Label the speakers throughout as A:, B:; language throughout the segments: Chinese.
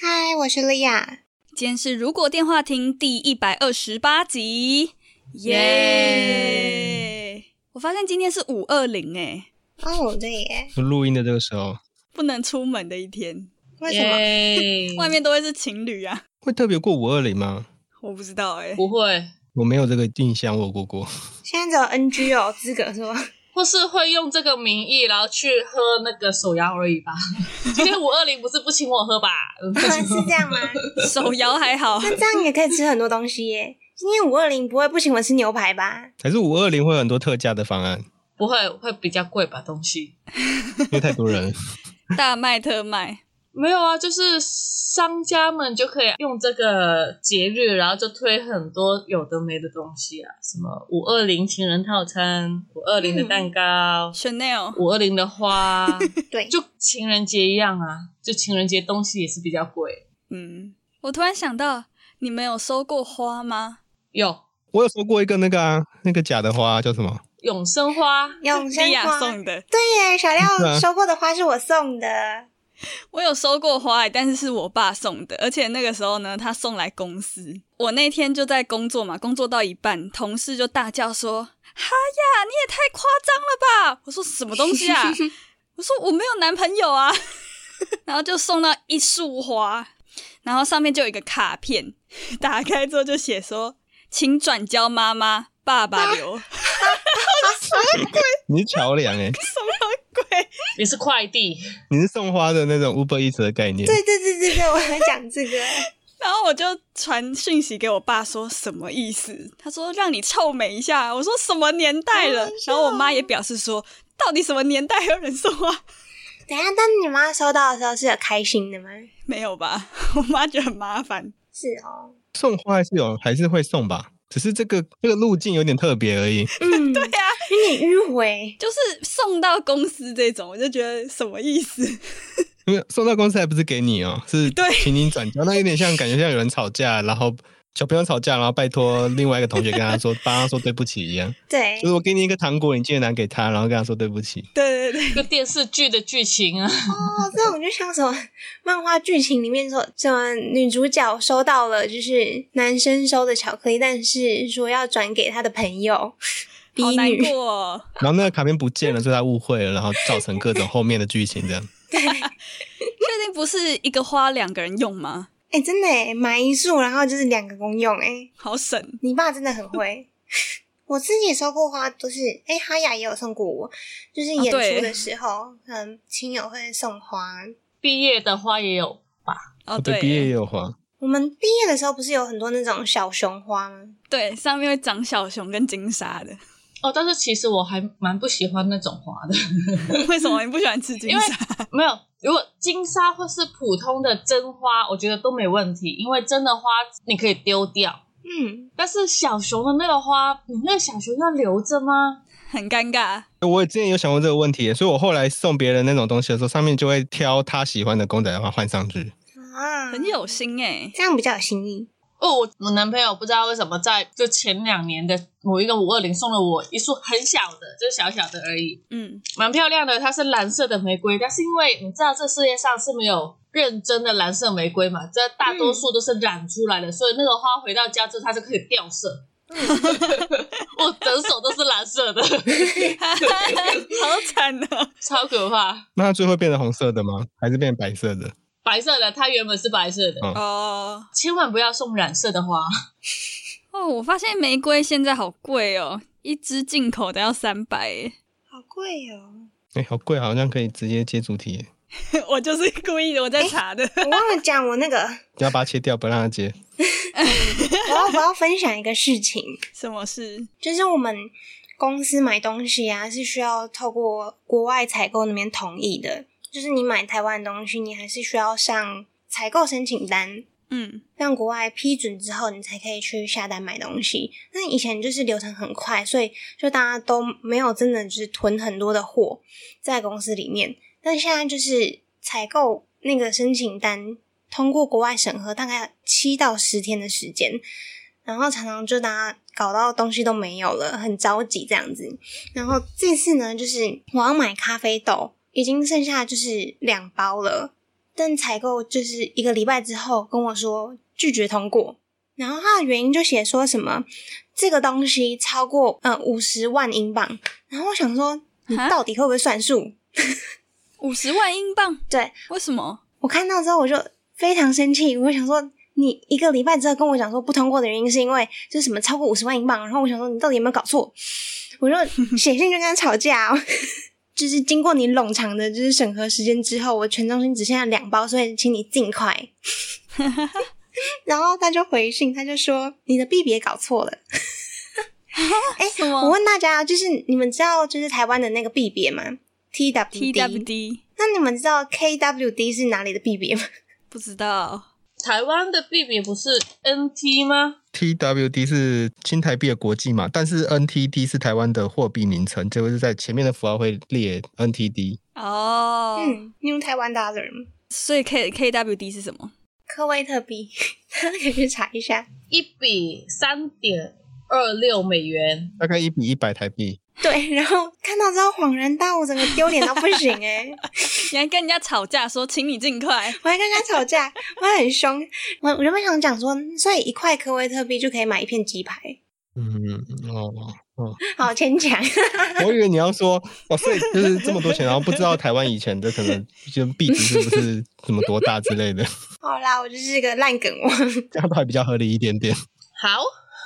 A: 嗨，我是莉 亚。
B: 今天是《如果电话亭》第一百二十八集，耶！我发现今天是五二零哎，
A: 哦，对耶，
C: 就录音的这个时候，
B: 不能出门的一天，
A: 为什么？
D: 耶
B: 外面都会是情侣啊。
C: 会特别过五二零吗？
B: 我不知道哎、
D: 不会，
C: 我没有这个印象，我有过过。
A: 现在只有 NG 有资格是吗？
D: 或是会用这个名义，然后去喝那个手摇而已 吧。今天五二零不是不请我喝吧？嗯
A: 是这 样吗？
B: 手摇还好，
A: 那这样也可以吃很多东西耶。今天五二零不会不请我吃牛排吧？
C: 还是五二零会有很多特价的方案，
D: 不会，会比较贵吧？东西
C: 因为太多人。
B: 大卖特卖。
D: 没有啊，就是商家们就可以用这个节日，然后就推很多有的没的东西啊，什么五二零情人套餐、五二零的蛋
A: 嗯
D: 糕、
B: Chanel
D: 五二零的花，
A: 对，
D: 就情人节一样啊，就情人节东西也是比较贵。
B: 嗯，我突然想到，你们有收过花吗？
D: 有
C: 我有收过一个那个啊，那个假的花叫什么？
D: 永生花，
A: 永生
B: 莉亚
A: 花。
B: 送的，
A: 对耶，小
C: 是
A: 廖
C: 啊
A: 收过的花是我送的。
B: 我有收过花、欸，但是是我爸送的，而且那个时候呢，他送来公司。我那天就在工作嘛，工作到一半，同事就大叫说：“哈呀，你也太夸张了吧！”我说：“什么东西啊？”我说：“我没有男朋友啊。” 然后就送到一束花，然后上面就有一个卡片， 打开之后就写说：“请转交妈妈，爸爸留。
C: 你是桥梁哎，
B: 什么鬼？
D: 也是快递。
C: 你是送花的那种 Uber Eats 的概念。
A: 对对对对对，我要讲这个。
B: 然后我就传讯息给我爸说什么意思？他说让你臭美一下。我说什么年代了？然后我妈也表示说，到底什么年代还 有人送花？
A: 等一下，但你妈收到的时候是有开心的吗？
B: 没有吧？ 我妈觉得很麻烦。
A: 是哦，
C: 送花还是有，还是会送吧，只是这个这个路径有点特别而已。
A: 嗯，
B: 对呀、
A: 有点迂回。
B: 就是送到公司这种，我就觉得什么意思？
C: 因为送到公司还不是给你哦，是
B: 对
C: 请你转交，那有点像感觉像有人吵架，然后小朋友吵架，然后拜托另外一个同学跟他说，帮他说对不起一样，
E: 哎
A: 对
C: 就是我给你一个糖果，你记得拿给他，然后跟他说对不起。
B: 对对对，
D: 就电视剧的剧情啊，
A: 哦，这种就像什么 漫画剧情里面说，什么女主角收到了就是男生收的巧克力，但是说要转给她的朋 友，
B: 好
A: 逼
B: 难
A: 女。
B: 过、哦。
C: 然后那个卡片不见了，所以他误会了，然后造成各种后面的剧情这样。
B: 确定不是一个花两个人用吗？
A: 哎、真的哎，买一束，然后就是两个公用哎，
B: 好省，
A: 你爸真的很会。 我自己收过花都是，哎、哈雅也有送过我，就是演
B: 哦对
A: 出的时候，嗯，亲友会送花。
D: 毕业的花也有，
B: 哦，
C: 我
B: 对
C: 对，毕业也有花，
A: 我们毕业的时候不是有很多那种小熊花吗？
B: 对，上面会长小熊跟金沙的。
D: 哦，但是其实我还蛮不喜欢那种花的，
B: 为什么你不喜欢吃金
D: 因为
B: 沙？
D: 没有。如果金沙或是普通的真花，我觉得都没问题，因为真的花你可以丢掉。
A: 嗯，
D: 但是小熊的那个花，你那个小熊要留着吗？
B: 很尴尬。
C: 我也之前有想过这个问题，所以我后来送别人那种东西的时候，上面就会挑他喜欢的公仔的话换上去。
A: 啊，
B: 很有心哎、
A: 这样比较有新意。
D: 哦，我我男朋友不知道为什么在就前两年的某一个五二零送了我一束很小的，就小小的而已，
B: 嗯，
D: 蛮漂亮的，它是蓝色的玫瑰，但是因为你知道这世界上是没有认真的蓝色玫瑰嘛，这大多数都是染出来的，所以那个花回到家之后它就可以掉色。我整手都是蓝色的，
B: 好惨哦！
D: 超可怕。
C: 那它最后变成红色的吗？还是变白色的？
D: 白色的，它原本是白色的，
C: 嗯
B: 哦
D: 千万不要送染色的花。
B: 哦，我发现玫瑰现在好贵哦，一支进口的要三百耶。
A: 好贵哦！
C: 哎、好贵，好像可以直接接主题耶，
B: 我就是故意的，我在查的。
A: 我忘了讲我那个，
C: 要把它切掉，不让它接。
A: 我要我要分享一个事情，
B: 什么事？
A: 就是我们公司买东西啊，是需要透过国外采购那边同意的。就是你买台湾的东西，你还是需要上
E: 采购申请单，
B: 嗯，
E: 让国外批准之后，你才可以去下单买东西。那以前就是流程很快，所以就大家都没有真的就是囤很多的货在公司里面。但现在就是采购那个申请单通过国外审核，大概七到十天的时间，然后常常就大家搞到东西都没有了，很着急这样子。然后这次呢，就是我要买咖啡豆，已经剩下就是两包了。但采购就是一个礼拜之后跟我说拒绝通过，然后他的原因就写说什么这个东西超过呃五十万英镑，然后我想说你
B: 哈
E: 到底会不会算数？
B: 五十万英镑，
E: 对
B: 为什么？
E: 我看到之后我就非常生气，我想说你一个礼拜之后跟我讲说不通过的原因是因为就是什么超过五十万英镑，然后我想说你到底有没有搞错？我就写信就跟他吵架、哦。 就是经过你冗长的就是审核时间之后，我全中心只剩下两包，所以请你尽快。 然后他就回信，他就说你的币别搞错了。哎、
B: 什么
E: 我问大家，就是你们知道就是台湾的那个币别吗
B: ？TWD
E: 那你们知道 KWD 是哪里的币别吗？
B: 不知道，
D: 台湾的币别不是 NT 吗？
C: TWD 是新台币的国际嘛，但是 NTD 是台湾的货币名称，这个是在前面的符号会列 NTD。
B: 哦，
E: 嗯，你用台湾 dollar 吗？
B: 所以 K KWD 是什么？
E: 科威特币， 大家可以去查一下。
D: 一比三点二六美元，
C: 大概一比一百台币，
E: 对， 然后看到之后恍然大悟，整个丢脸到不行哎、
B: 你还跟人家吵架说，请你尽快，
E: 我还跟人家吵架，我还很凶。我我原本想讲说，所以一块科威特币就可以买一片鸡排，
C: 嗯哦，
E: 好牵强。
C: 我以为你要说哇，所以就是这么多钱，然后不知道台湾以前的可能就币值是不是什么多大之类的，
E: 好啦，我就是个烂梗王。
C: 这样倒还比较合理一点点。
D: 好，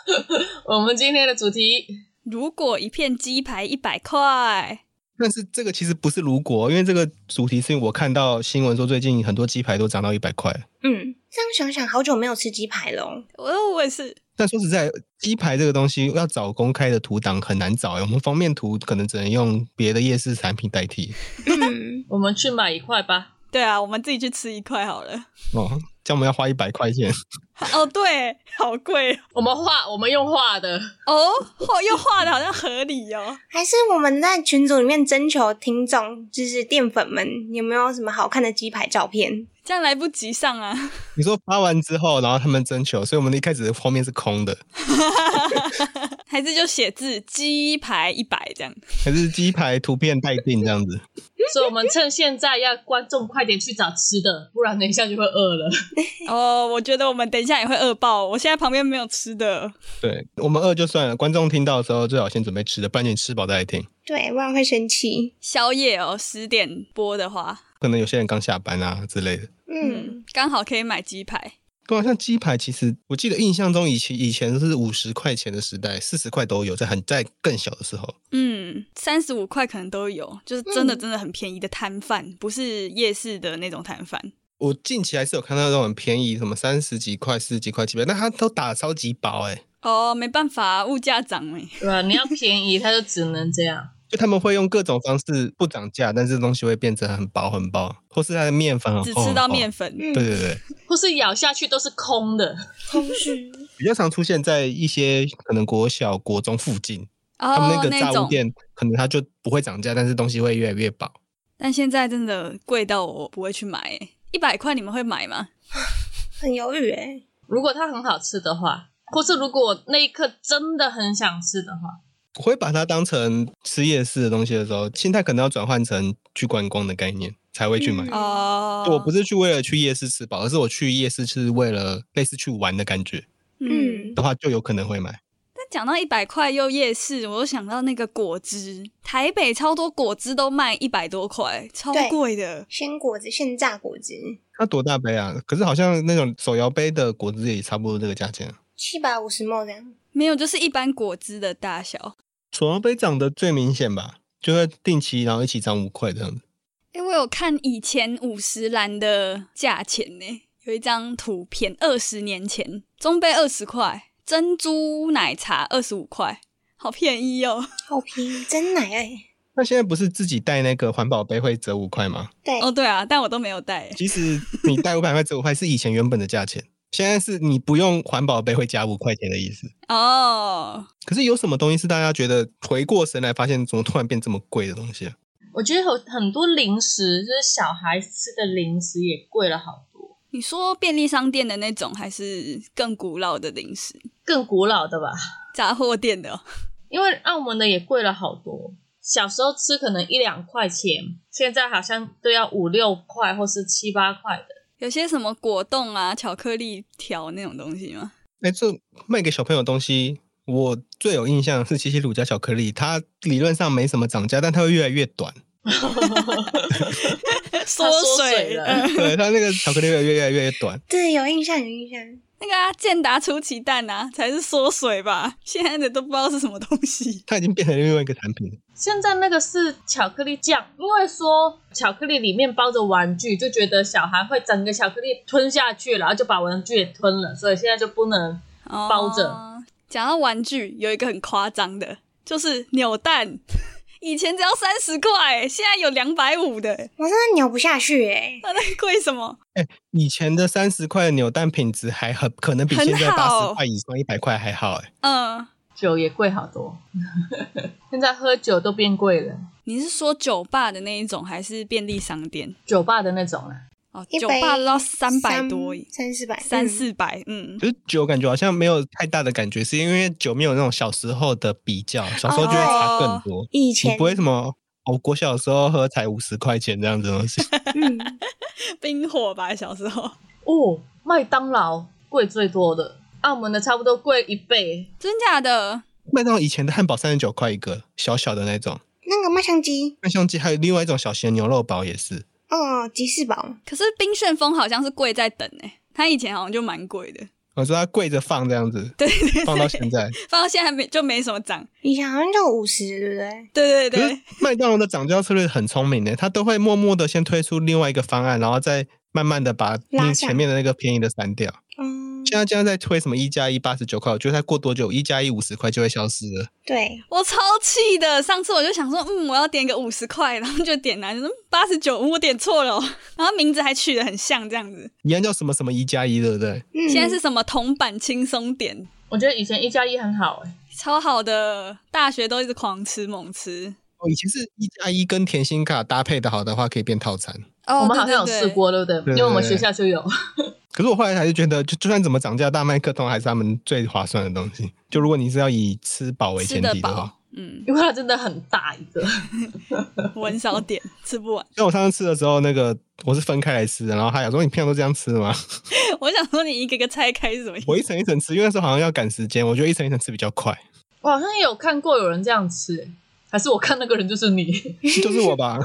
D: 我们今天的主题
B: 如果一片鸡排一百块，
C: 但是这个其实不是如果，因为这个主题是我看到新闻说最近很多鸡排都涨到一百块。
E: 嗯，这样想想，好久没有吃鸡排了哦。
B: 我我也是，
C: 但说实在，鸡排这个东西要找公开的图档很难找、欸，我们封面图可能只能用别的夜市产品代替
E: 嗯，
D: 我们去买一块吧。
B: 对啊，我们自己去吃一块好了。
C: 哦。这样我们要花一百块钱，
B: 哦，对，好贵哦
D: 我们画，我们用画 的，
B: 哦，画又画的好像合理哦。
E: 还是我们在群组里面征求听众，就是淀粉们有没有什么好看的鸡排照片？
B: 这样来不及上 啊！
C: 你说发完之后，然后他们征求，所以我们一开始的封面是空的，
B: 还是就写字“鸡排一百”这样。
C: 还是鸡排图片待定这样子？
D: 所以我们趁现在要观众快点去找吃的，不然等一下就会饿了。
B: 哦，我觉得我们等一下也会饿爆。我现在旁边没有吃的，
C: 对我们饿就算了，观众听到的时候最好先准备吃的，不然你吃饱再来听。
E: 对，不然会生气。
B: 宵夜哦，十点播的话，
C: 可能有些人刚下班啊之类的。
E: 嗯
B: 嗯，刚好可以买鸡排。
C: 对啊，像鸡排，其实我记得印象中以前以前是五十块钱的时代，四十块都有，在很在更小的时候。
B: 嗯，三十五块可能都有，就是真的
E: 嗯
B: 真的很便宜的摊贩，不是夜市的那种摊贩。
C: 我近期还是有看到那种很便宜，什么三十几块、四十几块鸡排，那它都打得超级薄哎、
B: 哦，没办法，物价涨哎、
D: 对吧？你要便宜，它就只能这样。
C: 就他们会用各种方式不涨价，但是东西会变成很薄很薄，或是它的面粉很
B: 只
C: 厚
B: 吃到
C: 很厚
B: 面粉。
E: 嗯
C: 对对对，
D: 或是咬下去都是空的，
E: 空虚。
C: 比较常出现在一些可能国小、国中附近，他们那
B: 哦，
C: 个
B: 那
C: 炸物
B: 种。
C: 店可能它就不会涨价，但是东西会越来越薄。
B: 但现在真的贵到我不会去买、欸，一百块你们会买吗？
E: 很犹豫哎、
D: 如果它很好吃的话，或是如果我那一刻真的很想吃的话，
C: 我会把它当成吃夜市的东西的时候，心态可能要转换成去观光的概念才会去买。
E: 嗯
B: 哦，
C: 我不是去为了去夜市吃饱，而是我去夜市是为了类似去玩的感觉
B: 嗯，
E: 嗯，
C: 的话，就有可能会买。
B: 但讲到一百块又夜市，我又想到那个果汁，台北超多果汁都卖一百多块，超贵的。
E: 鲜果子、现榨果汁，
C: 它多大杯啊？可是好像那种手摇杯的果汁也差不多这个价钱啊。
E: 七百五十 ml 这样。
B: 没有，就是一般果汁的大小。
C: 手摇杯涨得最明显吧，就会定期然后一起涨五块这样子。
B: 因为我有看以前五十兰的价钱呢，有一张图片，二十年前中杯二十块，珍珠奶茶二十五块，好便宜哦。欸
E: 好便宜，真奶哎、
C: 那现在不是自己带那个环保杯会折五 块吗？
E: 对，
B: 哦，对啊，但我都没有带。
C: 其实你带五百块折五块是以前原本的价钱，现在是你不用环保杯会加五块钱的意思。
B: 哦，
C: 可是有什么东西是大家觉得回过神来发现怎么突然变这么贵的东西啊？
D: 我觉得有很多零食，就是小孩吃的零食也贵了好多，
B: 你说便利商店的那种，还是更古老的零食？
D: 更古老的吧，
B: 杂货店的哦、
D: 因为澳门的也贵了好多。小时候吃可能一两块钱，现在好像都要五六块或是七八块的。
B: 有些什么果冻啊、巧克力条那种东西 吗？
C: 哎，这卖给小朋友的东西，我最有印象是七七乳加巧克力，它理论上没什么涨价，但它会越来越短。
B: 缩
D: 水了
B: 嗯
C: 对，它那个巧克力越来越越来越短。
E: 对，有印象，有印象。
B: 那个啊，健达出奇蛋啊，才是缩水吧？ 现在的都不知道是什么东西。
C: 它已经变成另外一个产品了。
D: 现在那个是巧克力酱，因为说巧克力里面包着玩具，就觉得小孩会整个巧克力吞下去，然后就把玩具也吞了，所以现在就不能。 包着
B: 哦讲到玩具，有一个很夸张的，就是扭蛋， 以前只要三十块，现在有两百五的，
E: 我真的扭不下去哎、
B: 那在贵什么？
C: 以前的三十块的扭蛋品质还很可能比
B: 很
C: 现在八
B: 好
C: 十块以上一百块还好哎。
B: 嗯，
D: 酒也贵好多， 现在喝酒都变贵了，
B: 你是说酒吧的那一种，还是便利商店？
D: 酒吧的那种啊啦。
B: 哦，
E: 一杯
B: 酒吧都要三百多，
E: 三四百，
B: 三
E: 嗯。
B: 四百，嗯，
C: 就是酒感觉好像没有太大的感觉，是因为酒没有那种小时候的比较，小时候就会
B: 哦
C: 差更多。
E: 以
C: 你
E: 前
C: 不会什么？哦，我小时候喝才五十块钱这样子的 东西，
E: 嗯，
B: 冰火吧，小时候，
D: 哦，麦当劳贵最多的，澳门的差不多贵一倍。
B: 真假的？
C: 麦当劳以前的汉堡三十九块一个，小小的那种。
E: 那个麦香鸡，
C: 麦香鸡还有另外一种小型的牛肉堡也是，
E: 哦，吉士堡，
B: 可是冰旋风好像是贵在等诶、它以前好像就蛮贵的，
C: 我说它跪着放这样子，
B: 对对对，
C: 放到现在。
B: 放到现在没就没什么涨，
E: 以前好像就五十，对不
B: 对对
E: 对？
C: 可是
B: 对，
C: 麦当劳的涨价策略很聪明的，他都会默默的先推出另外一个方案，然后再慢慢的把
E: 拉上
C: 你前面的那个便宜的删掉。
E: 嗯，
C: 现在现在在推什么一加一八十九块，我觉得它过多久一加一五十块就会消失了。
E: 对，
B: 我超气的。上次我就想说，嗯，我要点个五十块，然后就点来嗯八十九，我点错了哦、然后名字还取得很像这样子。
C: 一样叫什么什么一加一，对不对？
E: 嗯
B: 现在是什么铜板轻松点，
D: 我觉得以前一加一很好哎、
B: 超好的，大学都一直狂吃猛吃。
C: 哦，以前是一加一跟甜心卡搭配的好的话，可以变套餐。
B: 哦
D: 我们好像有
B: 对对
D: 试
B: 对
D: 过，对不对？
C: 对
D: 因为我们学校 就有。
C: 可是我后来还是觉得，就就算怎么涨价，大麦克通还是他们最划算的东西。就如果你是要以吃饱为
B: 吃
C: 前
B: 得
C: 提的话，
B: 饱， 嗯，
D: 因为它真的很大一个，
B: 我很少点，吃不完。
C: 像我上次吃的时候，那个我是分开来吃的，然后他想说你平常都这样吃的吗？
B: 我想说你一个个拆开是什么意思？
C: 我一层一层吃，因为那时候好像要赶时间，我觉得一层一层吃比较快。
D: 我好像也有看过有人这样吃、哎还是我看那个人就是你？
C: 就是我吧。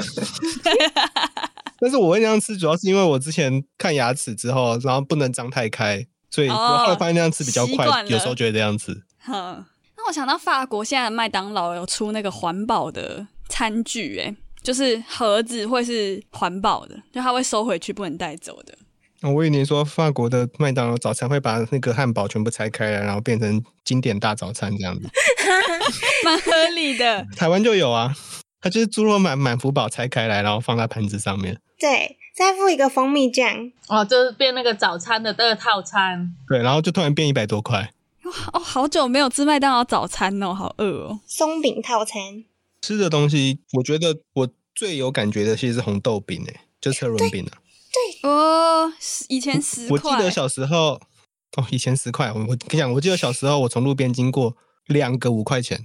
C: 但是我会那样吃，主要是因为我之前看牙齿之后，然后不能张太开，所以我
B: 哦
C: 后来发现那样吃比较
B: 习
C: 快，
B: 惯了
C: 有时候就会这样子。
B: 哼，那我想到法国现在的麦当劳有出那个环保的餐具、欸，就是盒子会是环保的，就它会收回去，不能带走的。
C: 我以为你说法国的麦当劳早餐会把那个汉堡全部拆开来，然后变成经典大早餐这样子。
B: 蛮合理的。
C: 台湾就有啊，它就是猪肉满满福堡拆开来，然后放在盘子上面。
E: 对，再附一个蜂蜜酱，
D: 哦，就是变那个早餐的那个套餐，
C: 对，然后就突然变一百多块。
B: 哦，好久没有吃麦当劳早餐哦，好饿哦。
E: 松饼套餐，
C: 吃的东西，我觉得我最有感觉的其实是红豆饼诶、欸就是车轮饼啊。
B: 哦，以前十
C: 我
B: 块，
C: 记得小时候，哦，以前十块，我我跟你讲，我记得小时候我从路边经过两个五块钱，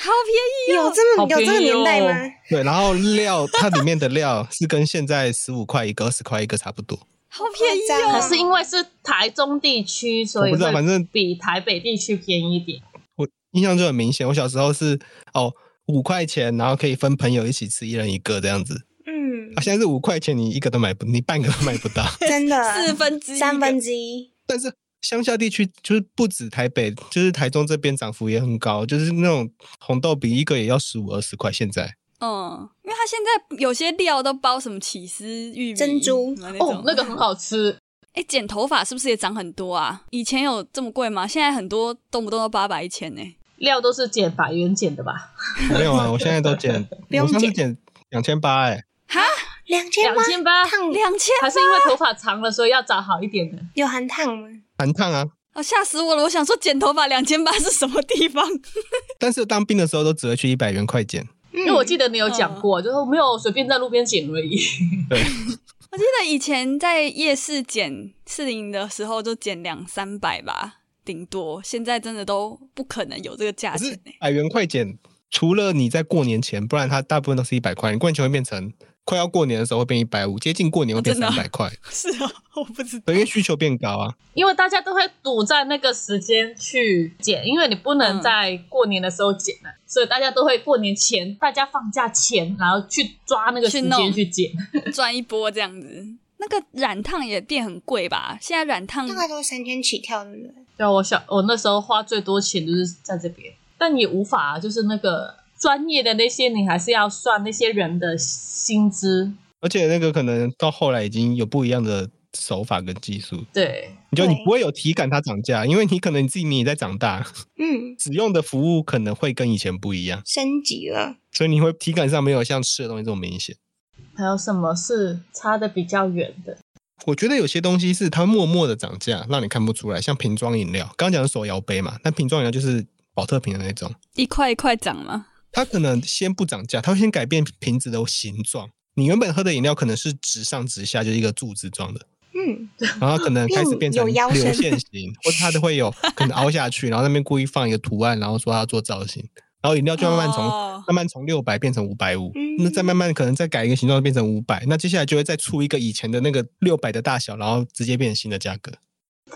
B: 好便宜
E: 有
B: 哦。
E: 这么
D: 好
E: 有
D: 便宜
E: 这个年代
D: 哦
E: 吗？
C: 对，然后料它里面的料是跟现在十五块一个、二十块一个差不多，
B: 好便宜
E: 夸张
B: 哦！
D: 还是因为是台中地区，所以
C: 我不知道
D: 会
C: 反正
D: 比台北地区便宜一点。
C: 我印象就很明显。我小时候是哦五块钱，然后可以分朋友一起吃，一人一个这样子。
E: 嗯
C: 啊，，现在是五块钱，你一个都买不，你半个都买不到。
E: 真的
B: 四分之一
E: 三分之一，
C: 但是乡下地区就是不止台北，就是台中这边涨幅也很高，就是那种红豆饼一个也要十五二十块，现在。
B: 嗯，因为它现在有些料都包什么起司、玉米、
E: 珍珠
B: 什么那种
D: 哦，那个很好吃，
B: 哎，剪头发是不是也涨很多啊？以前有这么贵吗？现在很多动不动都八百一千呢。
D: 料都是减百元减的吧？
C: 没有啊，我现在都减，
E: 不用
C: 我上次
E: 减
C: 减两千八哎，
E: 两千
D: 两
E: 八，
D: 千八，
E: 烫
B: 两千
D: 还是因为头发长了，所以要找好一点的。
E: 有含烫吗？
C: 含烫啊。
B: 哦，吓死我了！我想说剪头发两千八是什么地方？
C: 但是当兵的时候都只会去一百元快减，
E: 因
D: 因为我记得你有讲过，
B: 嗯
D: 就是没有随便在路边捡而已。
B: 我记得以前在夜市剪四零的时候就剪两三百吧，顶多。现在真的都不可能有这个价
C: 可
B: 钱
C: 是
B: 欸
C: 百元快减，除了你在过年前，不然它大部分都是一百块，你过年前会变成快要过年的时候会变一百五，接近过年会变
B: 哦真的
C: 三
B: 啊
C: 百块，
B: 是 哦，我不知道。
C: 对因为需求变高啊。
D: 因为大家都会堵在那个时间去剪，因为你不
B: 嗯
D: 能在过年的时候剪了、所以大家都会过年前，大家放假前，然后去抓那个时
B: 去弄
D: 间去剪。
B: 赚一波这样子。那个染烫也变很贵吧？现在染烫
E: 大概都是三千起跳，对不对？
D: 对，啊我小我那时候花最多钱就是在这边，但也无法啊、就是那个专业的那些，你还是要算那些人的薪资。
C: 而且那个可能到后来已经有不一样的手法跟技术，
D: 对，
C: 你就你
E: 对
C: 不会有体感它涨价，因为你可能你自己你也在长大，
E: 嗯，
C: 使用的服务可能会跟以前不一样，
E: 升级了。
C: 所以你会体感上没有像吃的东西这么明显。
D: 还有什么是差的比较远的？
C: 我觉得有些东西是它默默的涨价，让你看不出来，像瓶装饮料，刚刚讲的手摇杯嘛，那瓶装饮料就是保特瓶的那种，
B: 一块一块涨吗？
C: 它可能先不涨价，它会先改变瓶子的形状。你原本喝的饮料可能是直上直下，就是一个柱子状的，
E: 嗯，
C: 然后可能开始变成
E: 有腰身
C: 流线型，或者它都会 有可能凹下去，然后那边故意放一个图案，然后说它要做造型，然后饮料就慢慢从、
B: 哦
C: 慢慢从六百变成五百五
E: 嗯，
C: 那再慢慢可能再改一个形状变成五百，那接下来就会再出一个以前的那个六百的大小，然后直接变成新的价格。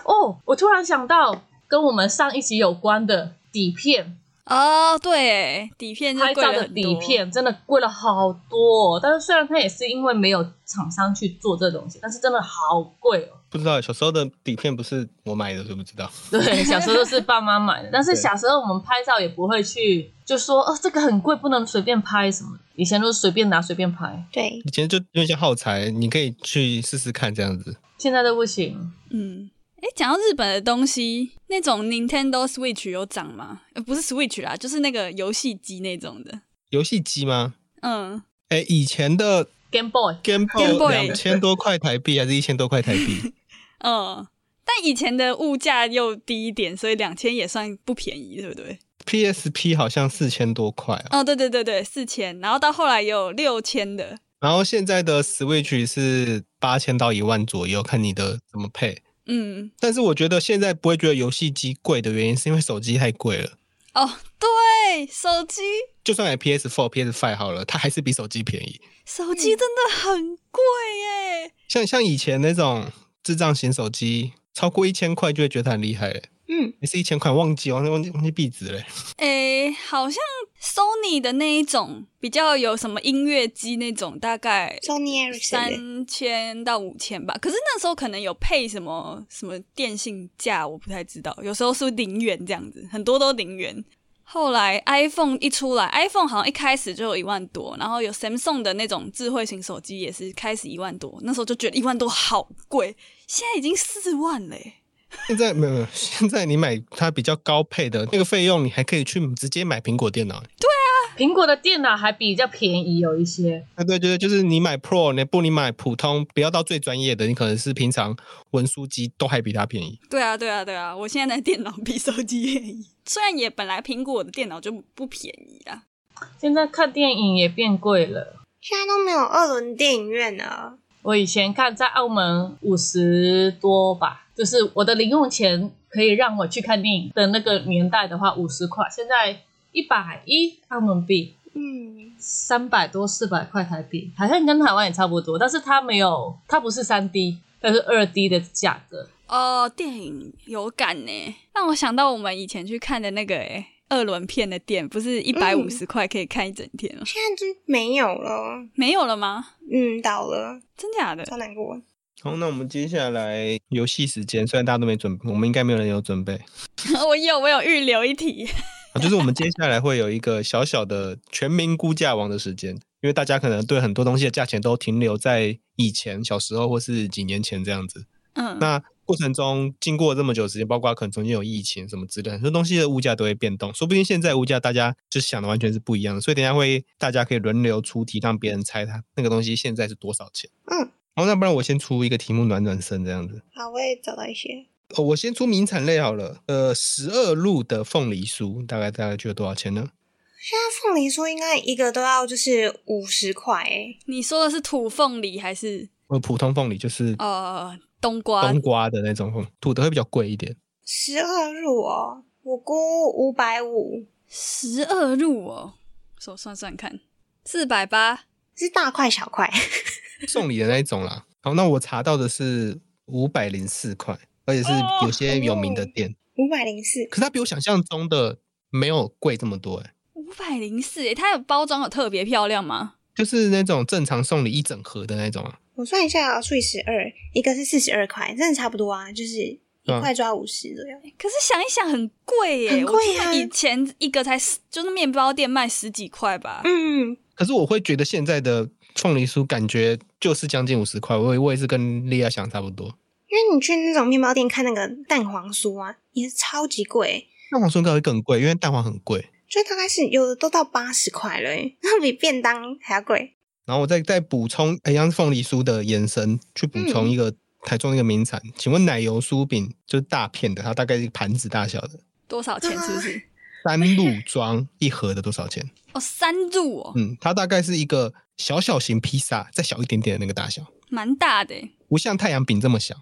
D: 哦，我突然想到跟我们上一集有关的底片，
B: 哦，对，底片就
D: 拍
B: 贵
D: 照
B: 了
D: 的
B: 很多
D: 底，片真的贵了好多、哦。但是虽然它也是因为没有厂商去做这东西，但是真的好贵哦。
C: 不知道小时候的底片不是我买的，知不知道？
D: 对，小时候都是爸妈买的，但是
C: 对
D: 小时候我们拍照也不会去就说哦这个很贵，不能随便拍什么的。以前都是随便拿随便拍，
E: 对，
C: 以前就用一些耗材，你可以去试试看这样子。
D: 现在都不行。
B: 嗯。哎，讲到日本的东西，那种 Nintendo Switch 有涨吗？呃，不是 Switch 啦，就是那个游戏机那种的。
C: 游戏机吗？
B: 嗯，
C: 哎，以前的
D: Game Boy，
C: Game
B: Game
C: Boy
B: Boy
C: 两千多块台币还是一千多块台币？
B: 嗯，但以前的物价又低一点，所以两千也算不便宜，对不对？
C: PSP 好像四千多块啊，
B: 哦，对对对对，四千，然后到后来有六千的，
C: 然后现在的 Switch 是八千到一万左右，看你的怎么配。
B: 嗯，
C: 但是我觉得现在不会觉得游戏机贵的原因，是因为手机太贵了。
B: 哦，对，手机
C: 就算买 PS Four、PS Five 好了，它还是比手机便宜。
B: 手机真的很贵耶。
C: 像像以前那种智障型手机，超过一千块就会觉得它很厉害了。
E: 嗯，
C: 也是一千块，忘记忘记忘记忘记币值嘞。
B: 诶、好像 Sony 的那一种比较有什么音乐机那种，大概
E: Sony Ericsson
B: 三千到五千吧。可是那时候可能有配什么什么电信价，我不太知道。有时候是零元这样子，很多都零元。后来 iPhone 一出来，iPhone 好像一开始就有一万多，然后有 Samsung 的那种智慧型手机也是开始一万多，那时候就觉得一万多好贵，现在已经四万嘞、
C: 现在没有没有，现在你买它比较高配的那个费用，你还可以去直接买苹果电脑。
D: 苹果的电脑还比较便宜，有一些。
C: 啊，对对，就是你买 Pro，你不你买普通，不要到最专业的，你可能是平常文书机都还比它便宜。
B: 对啊，对啊，对啊！我现在的电脑比手机便宜， 虽然也本来苹果的电脑就不便宜啊。
D: 现在看电影也变贵了。
E: 现在都没有二轮电影院了。
D: 我以前看在澳门五十多吧，就是我的零用钱可以让我去看电影的那个年代的话，五十块，现在一百一澳门币。
E: 嗯，
D: 三百多四百块台币，好像跟台湾也差不多，但是它没有，它不是三 D，它是二 D 的价格。
B: 哦，电影有感呢，让我想到我们以前去看的那个诶二轮片的店，不是一百五十块可以看一整天吗？
E: 现在真没有了。
B: 没有了吗？
E: 嗯，倒了，
B: 真假的？
E: 超难过。
C: 好，那我们接下来游戏时间，虽然大家都没准备，我们应该没有人有准备。
B: 我有，我有预留一题。
C: 啊，就是我们接下来会有一个小小的全民估价王的时间，因为大家可能对很多东西的价钱都停留在以前小时候或是几年前这样子。
B: 嗯，
C: 那过程中经过这么久时间，包括可能中间有疫情什么之类的，很多东西的物价都会变动。说不定现在物价大家就想的完全是不一样的，所以等一下会大家可以轮流出题，让别人猜它那个东西现在是多少钱。
E: 嗯，
C: 好，那不然我先出一个题目暖暖身这样子。
E: 好，我也找到一些。
C: 哦，我先出名产类好了。呃，十二路的凤梨酥大概大概就有多少钱呢？
E: 现在凤梨酥应该一个都要就是五十块欸诶，
B: 你说的是土凤梨还是
C: 呃，普通凤梨就是
B: 呃冬瓜？
C: 冬瓜的那种凤，土的会比较贵一点。
E: 十二入哦，我估五百五
B: 十二入哦，我算算看，四百八，
E: 是大块小块，
C: 送礼的那一种啦。好，那我查到的是五百零四块，而且是有些有名的店，
E: 五百零四。
C: 可是它比我想象中的没有贵这么多、欸，
B: 五百零四耶，它有包装有特别漂亮吗？
C: 就是那种正常送礼一整盒的那种啊。
E: 我算一下啊、除以十二，一个是四十二块，真的差不多啊，就是一
C: 嗯
E: 块抓五十左右。
B: 可是想一想很贵耶，
E: 很
B: 我
E: 贵
B: 记得
E: 啊
B: 以前一个才十就是面包店卖十几块吧，
E: 嗯，
C: 可是我会觉得现在的凤梨酥感觉就是将近五十块，我也我也是跟莉亚想差不多。
E: 因为你去那种面包店看那个蛋黄酥啊，也是超级贵，
C: 蛋黄酥应该会更贵，因为蛋黄很贵。
E: 就大概是有的都到八十块了耶，那比便当还要贵。
C: 然后我再再补充，一样是凤梨酥的延伸，去补充一个台中一个名产。请问奶油酥饼就是大片的，它大概一个盘子大小的，
B: 多少钱是不是？
C: 三鹿装一盒的多少钱？
B: 哦，三入哦，
C: 嗯，它大概是一个小小型披萨，再小一点点的那个大小，
B: 蛮大的欸耶，
C: 不像太阳饼这么小。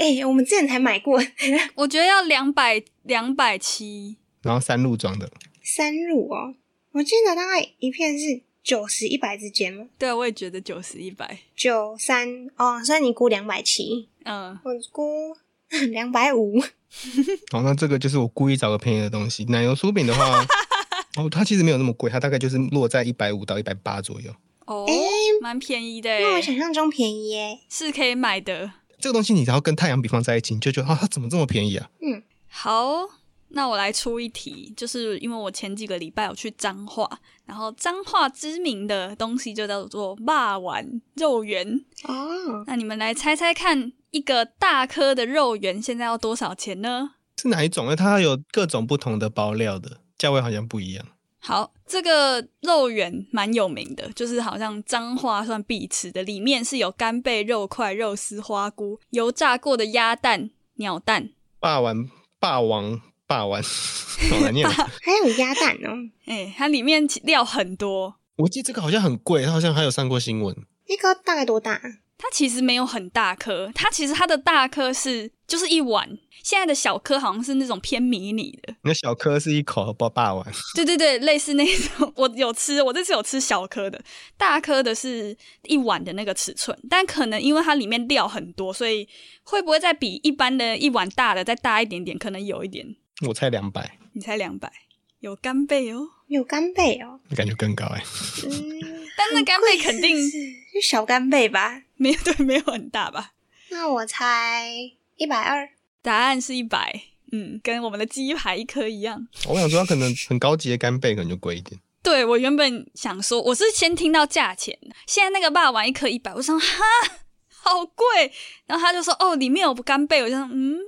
E: 哎、我们之前才买过
B: 我觉得要两百两百七，
C: 然后三鹿装的，
E: 三入哦，我记得大概一片是九十一百之间嘛，
B: 对我也觉得九十一百，
E: 九三哦，所以你估两百七，
B: 嗯，
E: 我估 两百五，
C: 好，那这个就是我故意找个便宜的东西。奶油酥饼的话，哦，它其实没有那么贵，它大概就是落在一百五到一百八左右。
B: 哦
E: 诶，
B: 蛮便宜的耶
E: 比，我想象中便宜欸耶。
B: 是可以买的。
C: 这个东西你只要跟太阳饼放在一起，你就觉得啊，它怎么这么便宜啊？
B: 好，那我来出一题，就是因为我前几个礼拜有去彰化，然后彰化知名的东西就叫做霸丸肉圆。
E: 哦，
B: 那你们来猜猜看，一个大颗的肉圆现在要多少钱呢？
C: 是哪一种？因为它有各种不同的包料的，价位好像不一样。
B: 好，这个肉圆蛮有名的，就是好像彰化算必吃的，里面是有干贝、肉块、肉丝、花菇、油炸过的鸭蛋、鸟蛋。
C: 霸王霸王霸王， 好难念哦。
E: 还有鸭蛋哦，
B: 哎、它里面料很多，
C: 我记得这个好像很贵，它好像还有上过新闻。
E: 那个大概多大？
B: 它其实没有很大颗，它其实它的大颗是就是一碗，现在的小颗好像是那种偏迷你的，
C: 那小颗是一口包霸王，
B: 对对对，类似那种。 我有吃，我这次有吃小颗的，大颗的是一碗的那个尺寸，但可能因为它里面料很多，所以会不会再比一般的一碗大的再大一点点？可能有一点，
C: 我猜两百，
B: 你才两百，有干贝哦，
E: 有干贝哦，
C: 感觉更高哎、
E: 嗯，
B: 但 那干贝肯定
E: 贵是不是就小干贝吧？
B: 没有对，没有很大吧？
E: 那我猜一百二，
B: 答案是一百，嗯，跟我们的鸡排一颗一样。
C: 我想说，它可能很高级的干贝可能就贵一点。
B: 对我原本想说，我是先听到价钱，现在那个霸王一颗一百，我想哈，好贵。然后他就说哦，里面有干贝，我就想嗯，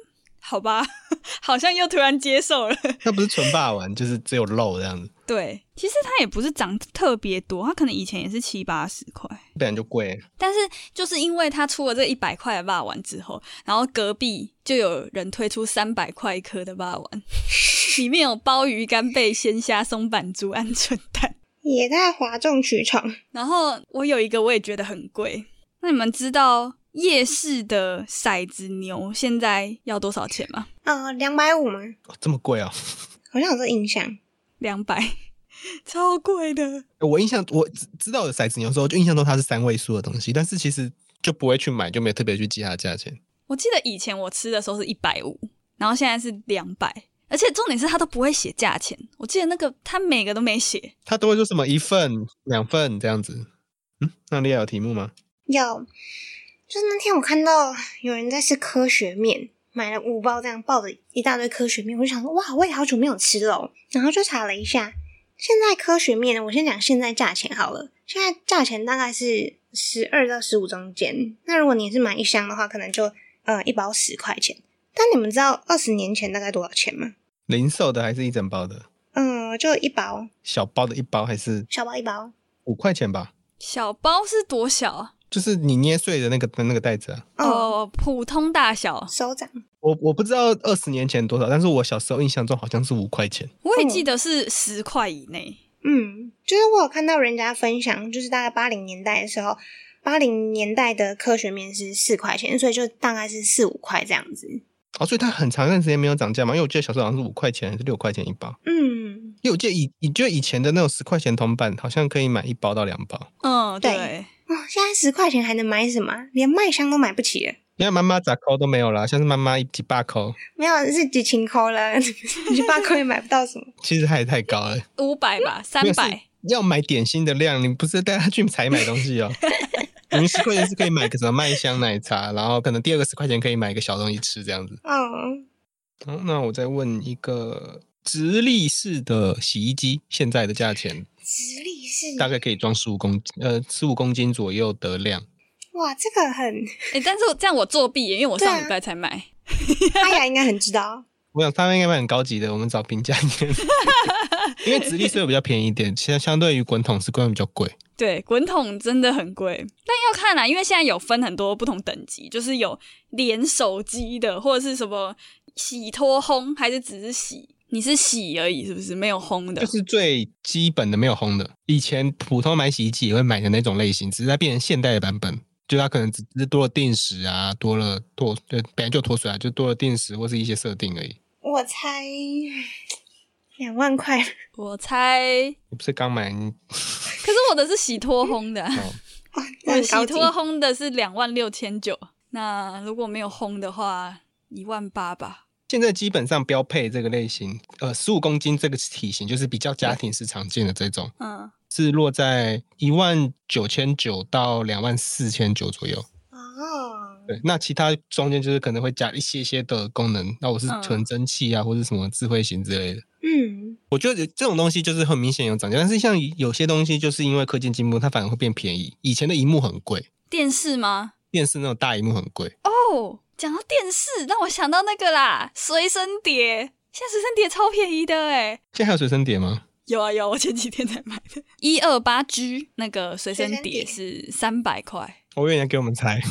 B: 好吧， 好像又突然接受了。
C: 它不是纯霸王，就是只有肉这样子，
B: 对，其实它也不是涨特别多，它可能以前也是七八十块。
C: 本来就贵。
B: 但是就是因为他出了这一百块的霸王之后，然后隔壁就有人推出三百块一颗的霸王， 里面有鲍鱼、干贝、鲜虾、松板猪、鹌鹑蛋。
E: 也太哗众取宠。
B: 然后我有一个我也觉得很贵，那你们知道夜市的骰子牛现在要多少钱吗？
E: 呃，两百五吗？
C: 哦这么贵哦！
E: 好像有这印象。
B: 两百，超贵的。
C: 我印象我知知道有骰子牛之后，就印象中它是三位数的东西，但是其实就不会去买，就没有特别去记它的价钱。
B: 我记得以前我吃的时候是一百五，然后现在是两百，而且重点是它都不会写价钱。我记得那个它每个都没写，
C: 它都会说什么一份、两份这样子。嗯，那你也有题目吗？
E: 有，就是那天我看到有人在吃科学面，买了五包这样抱着一大堆科学面，我就想说哇，我也好久没有吃了哦、然后就查了一下，现在科学面，我先讲现在价钱好了，现在价钱大概是十二到十五中间。那如果你是买一箱的话，可能就嗯一包十块钱。但你们知道二十年前大概多少钱吗？
C: 零售的还是一整包的？
E: 嗯，就一包
C: 小包的一包还是
E: 小包一包，
C: 五块钱吧？
B: 小包是多小啊？
C: 就是你捏碎的那个那个袋子啊。
E: 哦，
B: 哦，普通大小。
E: 手掌
C: 我我不知道二十年前多少，但是我小时候印象中好像是五块钱。
B: 我也记得是十块以内。
E: 嗯，就是我有看到人家分享，就是大概八零年代的时候，八零年代的科学面是四块钱，所以就大概是四五块这样子。
C: 哦，所以它很长一段时间没有涨价嘛，因为我记得小时候好像是五块钱还是六块钱一包，
E: 嗯，
C: 因为我记得以以就以前的那种十块钱铜板，好像可以买一包到两包。
B: 嗯，
E: 对
B: 对。
E: 哦，现在十块钱还能买什么啊？连麦香都买不起了，
C: 因为妈妈咋抠都没有啦，像是妈妈一几把抠，
E: 没有是几千块了， 你去八块也买不到什么。
C: 其实还太高了。
B: 五百吧，三
C: 没有是
B: 百。
C: 要买点心的量，你不是带他去采买东西哦。你们十块钱是可以买个什么麦香奶茶，然后可能第二个十块钱可以买个小东西吃这样子。
E: 嗯，
C: 好，那我再问一个直立式的洗衣机，现在的价钱
E: 直立式，
C: 大概可以装十五公呃十五公斤左右的量。
E: 哇，这个很，
B: 哎、但是我这样我作弊耶，因为我
E: 对啊
B: 上礼拜才买。
E: 阿雅应该很知道。
C: 我想他们应该蛮很高级的，我们找平价一点，因为直立式会比较便宜一点，相相对于滚筒式会比较贵。
B: 对，滚筒真的很贵，但要看啦，因为现在有分很多不同等级，就是有连手机的，或者是什么洗脱烘，还是只是洗，你是洗而已，是不是没有烘的
C: 就？是最基本的没有烘的。以前普通买洗衣机也会买的那种类型，只是它变成现代的版本，就它可能只是多了定时啊，多了脱对本来就脱水啊，就多了定时或是一些设定而已。
E: 我猜两万块，
B: 我猜，
C: 你不是刚买 你
B: 可是我的是洗脱烘的啊，
C: 哦，
E: 那
B: 我
E: 嗯很
B: 洗
E: 高级
B: 脱烘的是两万六千九，那如果没有烘的话，一万八吧。
C: 现在基本上标配这个类型，呃，十五公斤这个体型就是比较家庭式常见的这种，
B: 嗯，
C: 是落在一万九千九到两万四千九左右。
E: 哦，
C: 对，那其他中间就是可能会加一些些的功能，那我是
B: 嗯
C: 纯蒸汽啊，或者什么智慧型之类的。
E: 嗯，
C: 我觉得这种东西就是很明显有涨价，但是像有些东西就是因为科技进步，它反而会变便宜。以前的荧幕很贵，
B: 电视吗？
C: 电视那种大荧幕很贵，
B: 哦，讲到电视，让我想到那个啦，随身碟。现在随身碟超便宜的哎，
C: 现在还有随身碟吗？
B: 有啊有啊，我前几天才买的， 一二八 G 那个随身
E: 随身
B: 碟
E: 碟
B: 是三百块，
C: 我愿意给我们猜。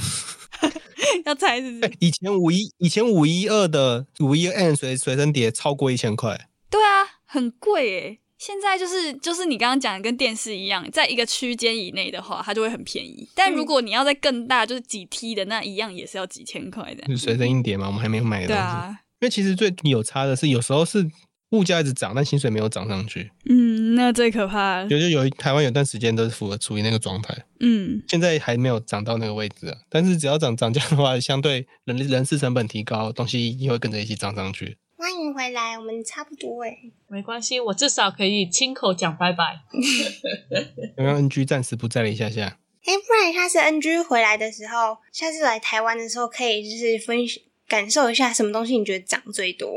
B: 要猜是不是？
C: 以前五一以前五一二的五一二 N 随随身碟超过一千块，
B: 对啊，很贵哎。现在就是就是你刚刚讲的跟电视一样，在一个区间以内的话，它就会很便宜。但如果你要在更大，就是几 T 的那一样，也是要几千块的。
C: 就是随身硬碟嘛，我们还没有买的
B: 对
C: 东西。
B: 啊，
C: 因为其实最有差的是，有时候是物价一直涨，但薪水没有涨上去。
B: 嗯，那最可怕了
C: 有就有一台湾有段时间都是符合处于那个状态。
B: 嗯，
C: 现在还没有涨到那个位置啊，但是只要涨涨价的话，相对人人事成本提高，东西也会跟着一起涨上去。
E: 欢迎回来，我们差不多哎。
D: 没关系，我至少可以亲口讲拜拜。
C: 刚刚 NG 暂时不在了一下下，
E: 哎，不然下次 NG 回来的时候，下次来台湾的时候，可以就是分析感受一下什么东西你觉得涨最 多。，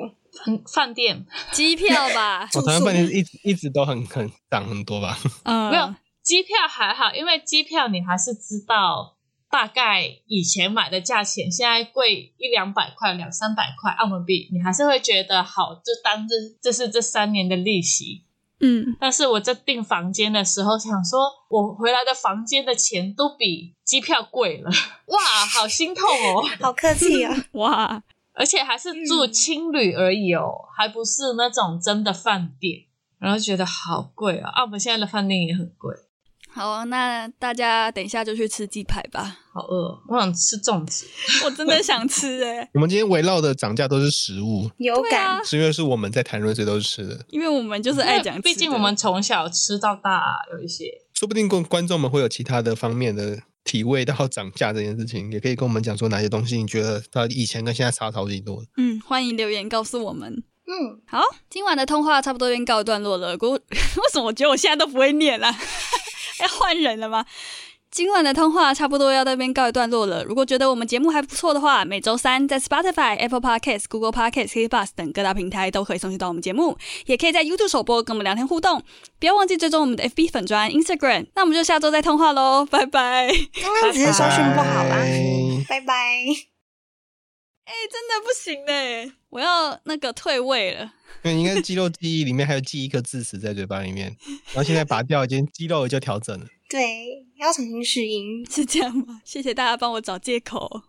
D: 很饭店
B: 机票吧
E: 住
C: 我
E: 宿
C: 台湾饭店一直一直都很很涨很多吧，
B: 嗯，
D: 没有机票还好，因为机票你还是知道大概以前买的价钱，现在贵一两百块、两三百块澳门币，你还是会觉得好，就当这这是这三年的利息。
B: 嗯，
D: 但是我在订房间的时候，想说我回来的房间的钱都比机票贵了，哇，好心痛哦！
E: 好客 气哦，
B: 嗯哇，
D: 而且还是住青旅而已哦，还不是那种真的饭店，然后觉得好贵啊！澳门现在的饭店也很贵，
B: 好，那大家等一下就去吃鸡排 吧，
D: 好饿哦，我想吃粽子。
B: 我真的想吃哎、
C: 我们今天围绕的涨价都是食物，
E: 有
B: 对啊
E: 感。，
C: 是因为是我们在谈论，所以都是吃的。
B: 因为我们就是爱讲吃的，
D: 毕竟我们从小吃到大，有一些
C: 说不定观观众们会有其他的方面的体味到涨价这件事情，也可以跟我们讲说哪些东西你觉得它以前跟现在差超级多的。
B: 嗯，欢迎留言告诉我们。
E: 嗯，
B: 好，今晚的通话差不多便告一段落了。我 为什么我觉得我现在都不会念啦、 要换人了吗？今晚的通话差不多要到这边告一段落了。如果觉得我们节目还不错的话，每周三在 Spotify、Apple Podcasts、Google Podcasts、k b u s 等各大平台都可以送去到我们节目，也可以在 YouTube 首播跟我们聊天互动。不要忘记追踪我们的 FB 粉砖、Instagram。那我们就下周再通话喽，拜拜。
E: 刚刚只是收讯不好
C: 拜
E: 啦
C: 拜，
E: 拜拜。
B: 哎、真的不行嘞，我要那个退位了。
C: 因为你应该是肌肉记忆里面还有记一颗智齿在嘴巴里面，然后现在拔掉，已经肌肉就调整了。
E: 对，要重新适应。
B: 是这样吗？谢谢大家帮我找借口。